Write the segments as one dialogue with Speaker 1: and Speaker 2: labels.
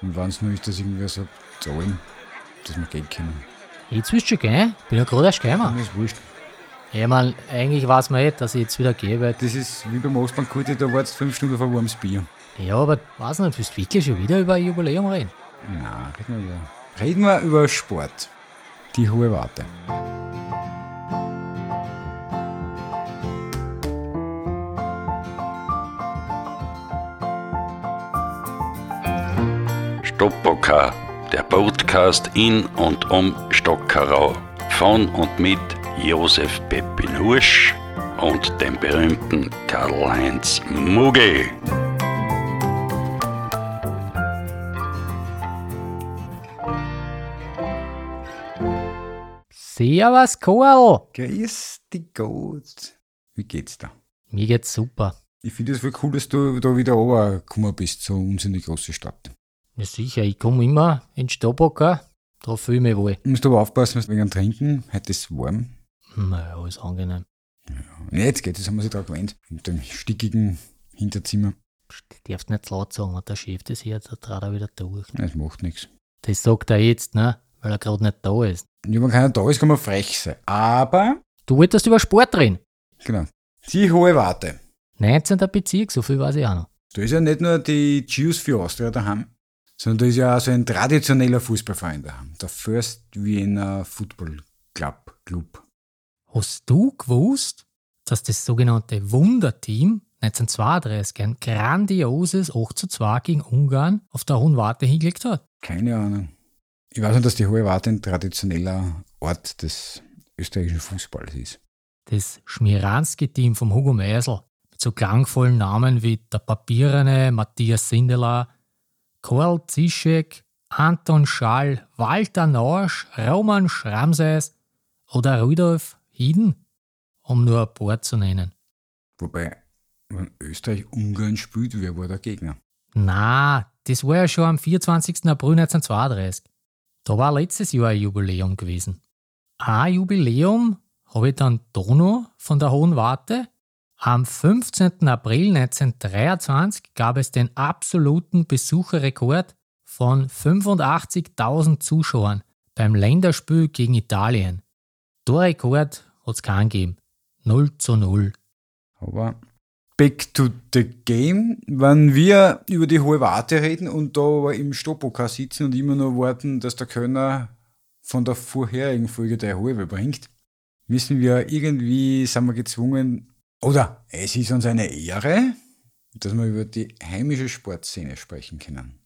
Speaker 1: Und wenn es nur ist, dass irgendwer sagt, zahlen, dass wir Geld können.
Speaker 2: Jetzt willst du schon gehen? Bin ja gerade erst gekommen.
Speaker 1: Mir ist wurscht.
Speaker 2: Ich mein, eigentlich weiß man eh, dass ich jetzt wieder gehe, weil.
Speaker 1: Das ist wie beim Ostbankkurte, da wartest fünf Stunden auf ein warmes Bier.
Speaker 2: Ja, aber weiß nicht, willst du wirklich schon wieder über ein Jubiläum reden?
Speaker 1: Nein, reden wir wieder. Reden wir über Sport. Die hohe Warte.
Speaker 3: Stoppoker, der Podcast in und um Stockerau. Von und mit Josef Peppin Hursch und dem berühmten Karl-Heinz Muggel.
Speaker 2: Servus, Karl!
Speaker 1: Grüß dich Gott. Wie geht's da?
Speaker 2: Mir geht's super.
Speaker 1: Ich finde es voll cool, dass du da wieder runtergekommen bist zu uns in die große Stadt.
Speaker 2: Ja, sicher, ich komme immer in Stobocker. Da fühle ich mich wohl.
Speaker 1: Du musst aber aufpassen wegen dem Trinken. Heute ist warm.
Speaker 2: Naja, ist angenehm.
Speaker 1: Nee, jetzt geht's, jetzt haben wir sich da gewöhnt. Mit dem stickigen Hinterzimmer.
Speaker 2: Psst, darfst nicht zu laut sagen, der Chef das hier, da trat er wieder durch.
Speaker 1: Das macht nichts.
Speaker 2: Das sagt er jetzt, ne? Weil er gerade nicht da ist.
Speaker 1: Ja, wenn keiner da ist, kann man frech sein. Aber,
Speaker 2: Du wolltest über Sport reden.
Speaker 1: genau, die hohe Warte.
Speaker 2: 19. Bezirk, so viel weiß ich auch noch.
Speaker 1: Da ist ja nicht nur die Jews für Austria daheim, sondern da ist ja auch so ein traditioneller Fußballverein daheim. Der First Vienna Football Club. Club.
Speaker 2: Hast du gewusst, dass das sogenannte Wunderteam 1932 ein grandioses 8 zu 2 gegen Ungarn auf der Hohen Warte hingelegt hat?
Speaker 1: Keine Ahnung. Ich weiß nur, dass die Hohe Warte ein traditioneller Ort des österreichischen Fußballs ist.
Speaker 2: Das Schmiranski-Team vom Hugo Meisel mit so klangvollen Namen wie der Papierene Matthias Sindeler, Karl Zischek, Anton Schall, Walter Norsch, Roman Schramseis oder Rudolf Hiden, um nur ein paar zu nennen.
Speaker 1: Wobei, wenn Österreich Ungarn spielt, wer war der Gegner?
Speaker 2: Na, das war ja schon am 24. April 1932. Da war letztes Jahr ein Jubiläum gewesen. Ein Jubiläum habe ich dann da noch von der Hohen Warte. Am 15. April 1923 gab es den absoluten Besucherrekord von 85.000 Zuschauern beim Länderspiel gegen Italien. Der Rekord hat es keinen gegeben. 0 zu 0.
Speaker 1: Aber back to the game, wenn wir über die hohe Warte reden und da aber im Stopoka sitzen und immer nur warten, dass der Kölner von der vorherigen Folge der Hohe bringt, müssen wir irgendwie, sind wir gezwungen, oder es ist uns eine Ehre, dass wir über die heimische Sportszene sprechen können.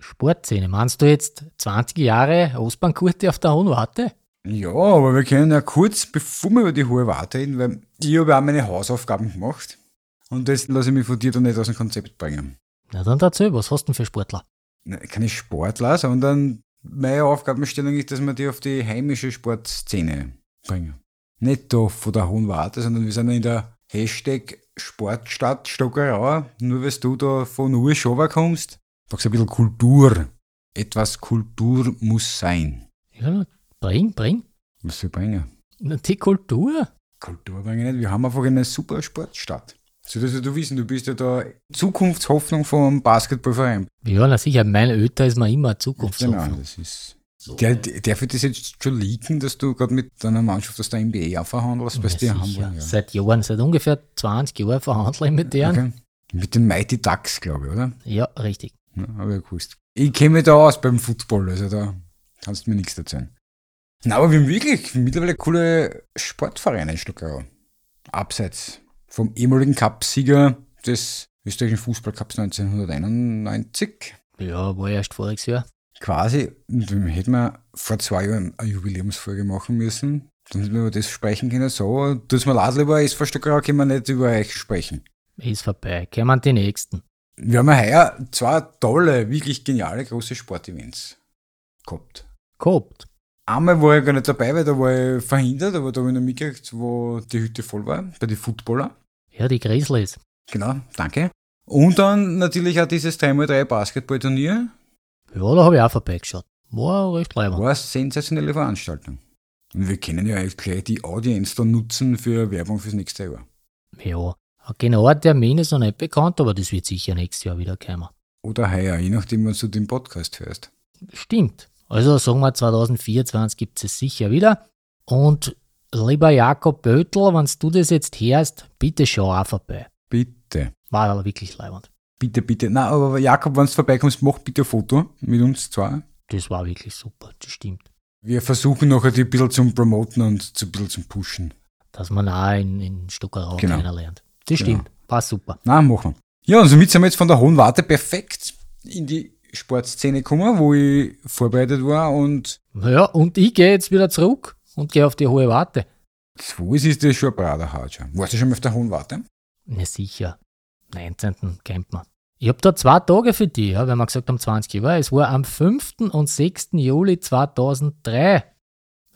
Speaker 2: Sportszene. Meinst du jetzt 20 Jahre Ostbahnkurte auf der Hohen Warte?
Speaker 1: Ja, aber wir können ja kurz, bevor wir über die hohe Warte reden, weil ich habe ja auch meine Hausaufgaben gemacht und das lasse ich mich von dir dann nicht aus dem Konzept bringen.
Speaker 2: Na dann erzähl, was hast du denn für Sportler?
Speaker 1: na, keine Sportler, sondern meine Aufgabenstellung ist, dass wir die auf die heimische Sportszene bringen. Nicht da von der Hohen Warte, sondern wir sind in der Hashtag Sportstadt Stockerau. Nur weil du da von Urschauer kommst, brauchst du ein bisschen Kultur. Etwas Kultur muss sein.
Speaker 2: Ja, na, bring, bring.
Speaker 1: Was soll ich bringen?
Speaker 2: Na, die Kultur.
Speaker 1: Kultur bringen nicht. Wir haben einfach eine super Sportstadt. So dass du wissen, du bist ja da Zukunftshoffnung vom Basketballverein.
Speaker 2: Ja, na sicher, mein Öter ist mir immer eine Zukunftshoffnung.
Speaker 1: Genau, das ist. Der, der- darf ich das jetzt schon leaken, dass du gerade mit deiner Mannschaft aus der NBA auch verhandelst, was die
Speaker 2: Ja,
Speaker 1: haben
Speaker 2: sicher.
Speaker 1: wollen? Ja.
Speaker 2: Seit Jahren, seit ungefähr 20 Jahren verhandle ich mit denen.
Speaker 1: Okay. Mit den Mighty Ducks, glaube ich, oder?
Speaker 2: Ja, richtig.
Speaker 1: Ja, habe ich gewusst. Ich kenne mich da aus beim Football, also da kannst du mir nichts dazu sagen. Na, aber wir haben wirklich mittlerweile coole Sportvereine in Stuttgart. Abseits vom ehemaligen Cupsieger des österreichischen Fußballcups 1991.
Speaker 2: Ja, war erst voriges Jahr.
Speaker 1: quasi, dann hätten wir vor zwei Jahren eine Jubiläumsfolge machen müssen. Dann hätten wir über das sprechen können. So, tut's mir leid, lieber SV Stockerau, können wir nicht über euch sprechen.
Speaker 2: Ist vorbei. Kommen die nächsten.
Speaker 1: Wir haben ja heuer zwei tolle, wirklich geniale große Sportevents gehabt.
Speaker 2: Gehabt.
Speaker 1: Einmal war ich gar nicht dabei, weil da war ich verhindert, aber da habe ich noch mitgekriegt, wo die Hütte voll war, bei den Footballer.
Speaker 2: Ja, die Grizzlies.
Speaker 1: Genau, danke. Und dann natürlich auch dieses 3x3 Basketballturnier.
Speaker 2: Ja, da habe ich auch vorbeigeschaut. War recht leibend.
Speaker 1: War eine sensationelle Veranstaltung. Und wir können ja eigentlich gleich die Audience dann nutzen für Werbung fürs nächste Jahr.
Speaker 2: genau Ja, ein genauer Termin ist noch nicht bekannt, aber das wird sicher nächstes Jahr wieder kommen.
Speaker 1: Oder heuer, je nachdem, wann du den Podcast hörst.
Speaker 2: Stimmt. Also sagen wir 2024 gibt es sicher wieder. Und lieber Jakob Böttl, wenn du das jetzt hörst, bitte schau auch vorbei.
Speaker 1: Bitte.
Speaker 2: War aber wirklich leibend.
Speaker 1: Bitte, bitte. Na, aber Jakob, wenn du vorbeikommst, mach bitte ein Foto mit uns zwei.
Speaker 2: Das war wirklich super, das stimmt.
Speaker 1: Wir versuchen nachher die ein bisschen zum Promoten und zu ein bisschen zum Pushen.
Speaker 2: Dass man auch in, in Stuckerau
Speaker 1: Genau.
Speaker 2: kennenlernt. Das
Speaker 1: Genau.
Speaker 2: stimmt, war super.
Speaker 1: Na, machen wir. Ja, und somit sind wir jetzt von der hohen Warte perfekt in die Sportszene gekommen, wo ich vorbereitet war und
Speaker 2: Ja, und ich gehe jetzt wieder zurück und gehe auf die hohe Warte.
Speaker 1: zwei ist das schon ein Braderhaut schon. Warst du schon mal auf der hohen Warte?
Speaker 2: Na sicher, 19. kennt man. Ich habe da zwei Tage für dich, ja, weil wir gesagt haben 20 war. Es war am 5. und 6. Juli 2003.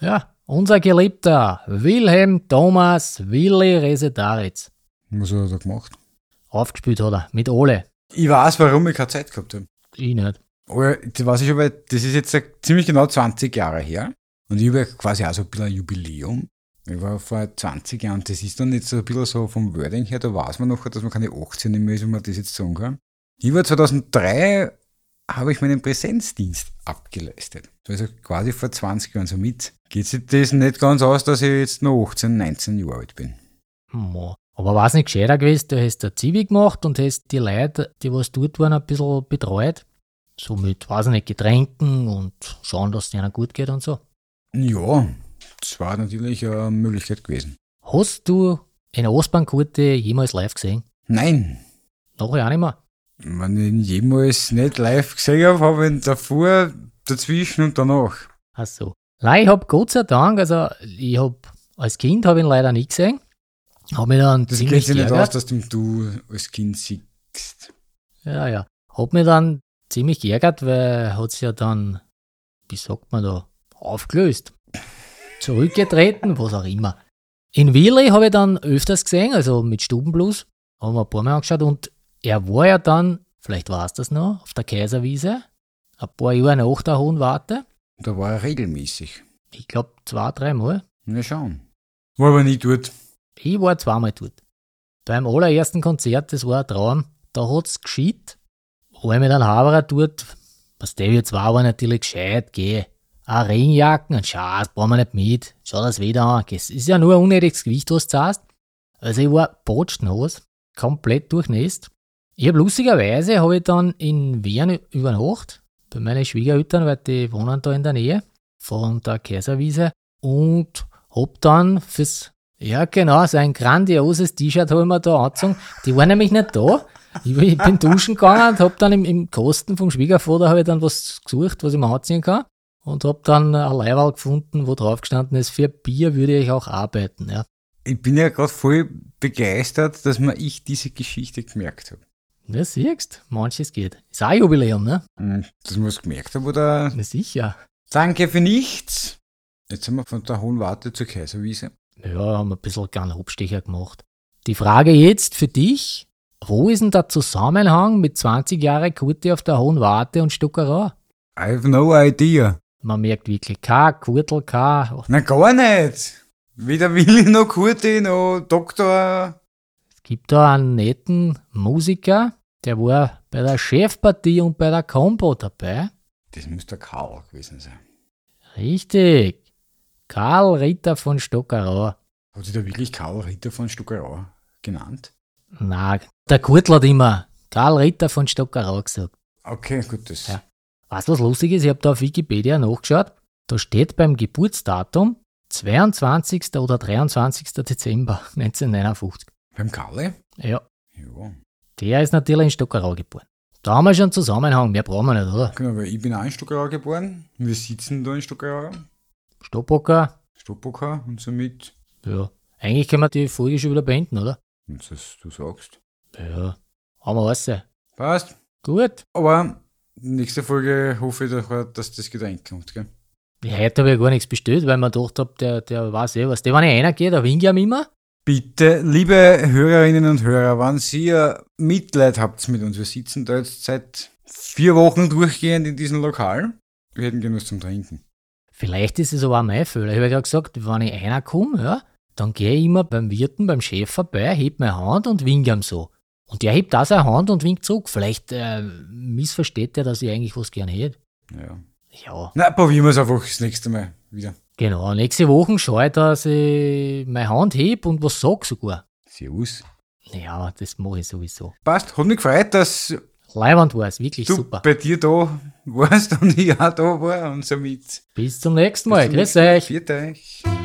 Speaker 2: Ja, unser geliebter Wilhelm Thomas Willi Resedaritz.
Speaker 1: Was hat er da gemacht?
Speaker 2: Aufgespielt hat er, mit Ole.
Speaker 1: Ich weiß, warum ich keine Zeit gehabt habe.
Speaker 2: Ich nicht.
Speaker 1: Aber das weiß ich aber, das ist jetzt ziemlich genau 20 Jahre her. Und ich habe ja quasi auch so ein bisschen ein Jubiläum. Ich war vor 20 Jahren, das ist dann jetzt so ein bisschen so vom Wording her, da weiß man noch, dass man keine 18 mehr ist, wenn man das jetzt sagen kann. Ich war 2003, habe ich meinen Präsenzdienst abgeleistet. Also quasi vor 20 Jahren, somit geht sich das nicht ganz aus, dass ich jetzt noch 18, 19 Jahre alt bin.
Speaker 2: Mo. Aber war es nicht gescheiter gewesen, du hast der Zivi gemacht und hast die Leute, die was dort waren, ein bisschen betreut. So mit, weiß ich nicht, Getränken und schauen, dass es denen gut geht und so.
Speaker 1: Ja, das war natürlich eine Möglichkeit gewesen.
Speaker 2: Hast du eine Ostbahnkarte jemals live gesehen?
Speaker 1: Nein,
Speaker 2: Nachher auch nicht mehr.
Speaker 1: Wenn ich ihn jemals nicht live gesehen habe, habe ich ihn davor, dazwischen und danach.
Speaker 2: Ach so. Also, Nein, ich hab Gott sei Dank, also ich hab als Kind habe ich ihn leider nicht gesehen. Hab mich dann
Speaker 1: Das kennt
Speaker 2: ziemlich
Speaker 1: sich nicht aus,
Speaker 2: geärgert.
Speaker 1: dass du- du als Kind siehst.
Speaker 2: Ja, ja. Hab mich dann ziemlich geärgert, weil hat's ja dann, wie sagt man da, aufgelöst. Zurückgetreten, was auch immer. In Willi habe ich dann öfters gesehen, also mit Stubenblues, haben wir ein paar Mal angeschaut und er war ja dann, vielleicht war es das noch, auf der Kaiserwiese, ein paar Jahre nach der Hohen Warte.
Speaker 1: Da war er regelmäßig.
Speaker 2: Ich glaube zwei, dreimal.
Speaker 1: Na schauen. War aber nicht dort.
Speaker 2: Ich war zweimal dort. Beim allerersten Konzert, das war ein Traum, da hat's gescheit. War ich mit einem Haberer dort, was der wir zwei waren natürlich gescheit, geh. Eine Regenjacken, ein Schatz, brauchen wir nicht mit. Schau das wieder an. geh. Es ist ja nur ein unnötiges Gewicht, was du zahlst. Also ich war botschnass, komplett durchnässt. Ich hab lustigerweise habe ich dann in Wien über Nacht bei meinen Schwiegereltern, weil die wohnen da in der Nähe von der Kaiserwiese und hab dann fürs ja, genau, so ein grandioses T-Shirt habe ich mir da angezogen. Die waren nämlich nicht da. Ich bin- ich bin duschen gegangen und habe dann im, im Kosten vom Schwiegervater hab ich dann was gesucht, was ich mir anziehen kann. Und habe dann ein Leihwahl gefunden, wo drauf gestanden ist, für Bier würde ich auch arbeiten. Ja,
Speaker 1: Ich bin ja gerade voll begeistert, dass mir ich diese Geschichte gemerkt habe.
Speaker 2: das siehst manches geht. Ist auch ein Jubiläum, ne?
Speaker 1: Und Dass man es gemerkt habe, oder?
Speaker 2: Na sicher.
Speaker 1: Danke für nichts. Jetzt sind wir von der Hohen Warte zur Kaiserwiese.
Speaker 2: Ja, haben ein bisschen kleinen Abstecher gemacht. Die Frage jetzt für dich, wo ist denn der Zusammenhang mit 20 Jahre Kurti auf der Hohen Warte und Stuckerau?
Speaker 1: I've no idea.
Speaker 2: Man merkt wirklich kein Kurtel, kein
Speaker 1: Na gar nicht. Weder Willi noch Kurti noch Doktor
Speaker 2: gibt da einen netten Musiker, der war bei der Chefpartie und bei der Combo dabei.
Speaker 1: Das muss der Karl gewesen sein.
Speaker 2: Richtig. Karl Ritter von Stockerau.
Speaker 1: Hat sich da wirklich Karl Ritter von Stuckerau genannt?
Speaker 2: Na, der Kurtl hat immer Karl Ritter von Stockerau gesagt.
Speaker 1: Okay, gut, das.
Speaker 2: Ja. Weißt du, was lustig ist? Ich habe da auf Wikipedia nachgeschaut. Da steht beim Geburtsdatum 22. oder 23. Dezember 1959.
Speaker 1: Beim Karle?
Speaker 2: Ja,
Speaker 1: Ja.
Speaker 2: der ist natürlich in Stockerau geboren. Da haben wir schon einen Zusammenhang, mehr brauchen wir nicht, oder?
Speaker 1: Genau, weil ich bin auch in Stuckerau geboren. Wir sitzen da in Stuckerau,
Speaker 2: Stoppocker,
Speaker 1: Stoppoker und somit.
Speaker 2: ja. Eigentlich können wir die Folge schon wieder beenden, oder?
Speaker 1: Und das du sagst.
Speaker 2: Ja, haben wir raus.
Speaker 1: Passt.
Speaker 2: Gut.
Speaker 1: Aber nächste Folge hoffe ich, doch, dass das Getränk kommt, gell?
Speaker 2: Ja, heute habe ich gar nichts bestellt, weil ich mir gedacht habe, der, der weiß eh was. Der, wenn ich einer gehe, der winkt ja immer.
Speaker 1: Bitte, liebe Hörerinnen und Hörer, wenn Sie äh, Mitleid habt mit uns, wir sitzen da jetzt seit vier Wochen durchgehend in diesem Lokal. Wir hätten gerne was zum Trinken.
Speaker 2: Vielleicht ist es aber auch mein Fehler. Ich habe ja gerade gesagt, wenn ich einer komme, ja, dann gehe ich immer beim Wirten, beim Chef vorbei, heb meine Hand und wink ihm so. Und der hebt da seine Hand und winkt zurück. Vielleicht äh, missversteht er, dass ich eigentlich was gern hätte.
Speaker 1: Ja.
Speaker 2: Ja,
Speaker 1: Na, probieren wir es einfach das nächste Mal wieder.
Speaker 2: genau. Nächste Woche schaue ich, dass ich meine Hand heb und was sag sogar.
Speaker 1: Servus.
Speaker 2: Ja, das mache ich sowieso.
Speaker 1: Passt, hat mich gefreut, dass
Speaker 2: Leiband war es, wirklich
Speaker 1: du
Speaker 2: super.
Speaker 1: bei dir da warst und ich auch da war und somit.
Speaker 2: Bis zum nächsten
Speaker 1: Bis
Speaker 2: Mal.
Speaker 1: zum
Speaker 2: Grüß
Speaker 1: nächsten Mal.
Speaker 2: euch.
Speaker 1: Viert euch.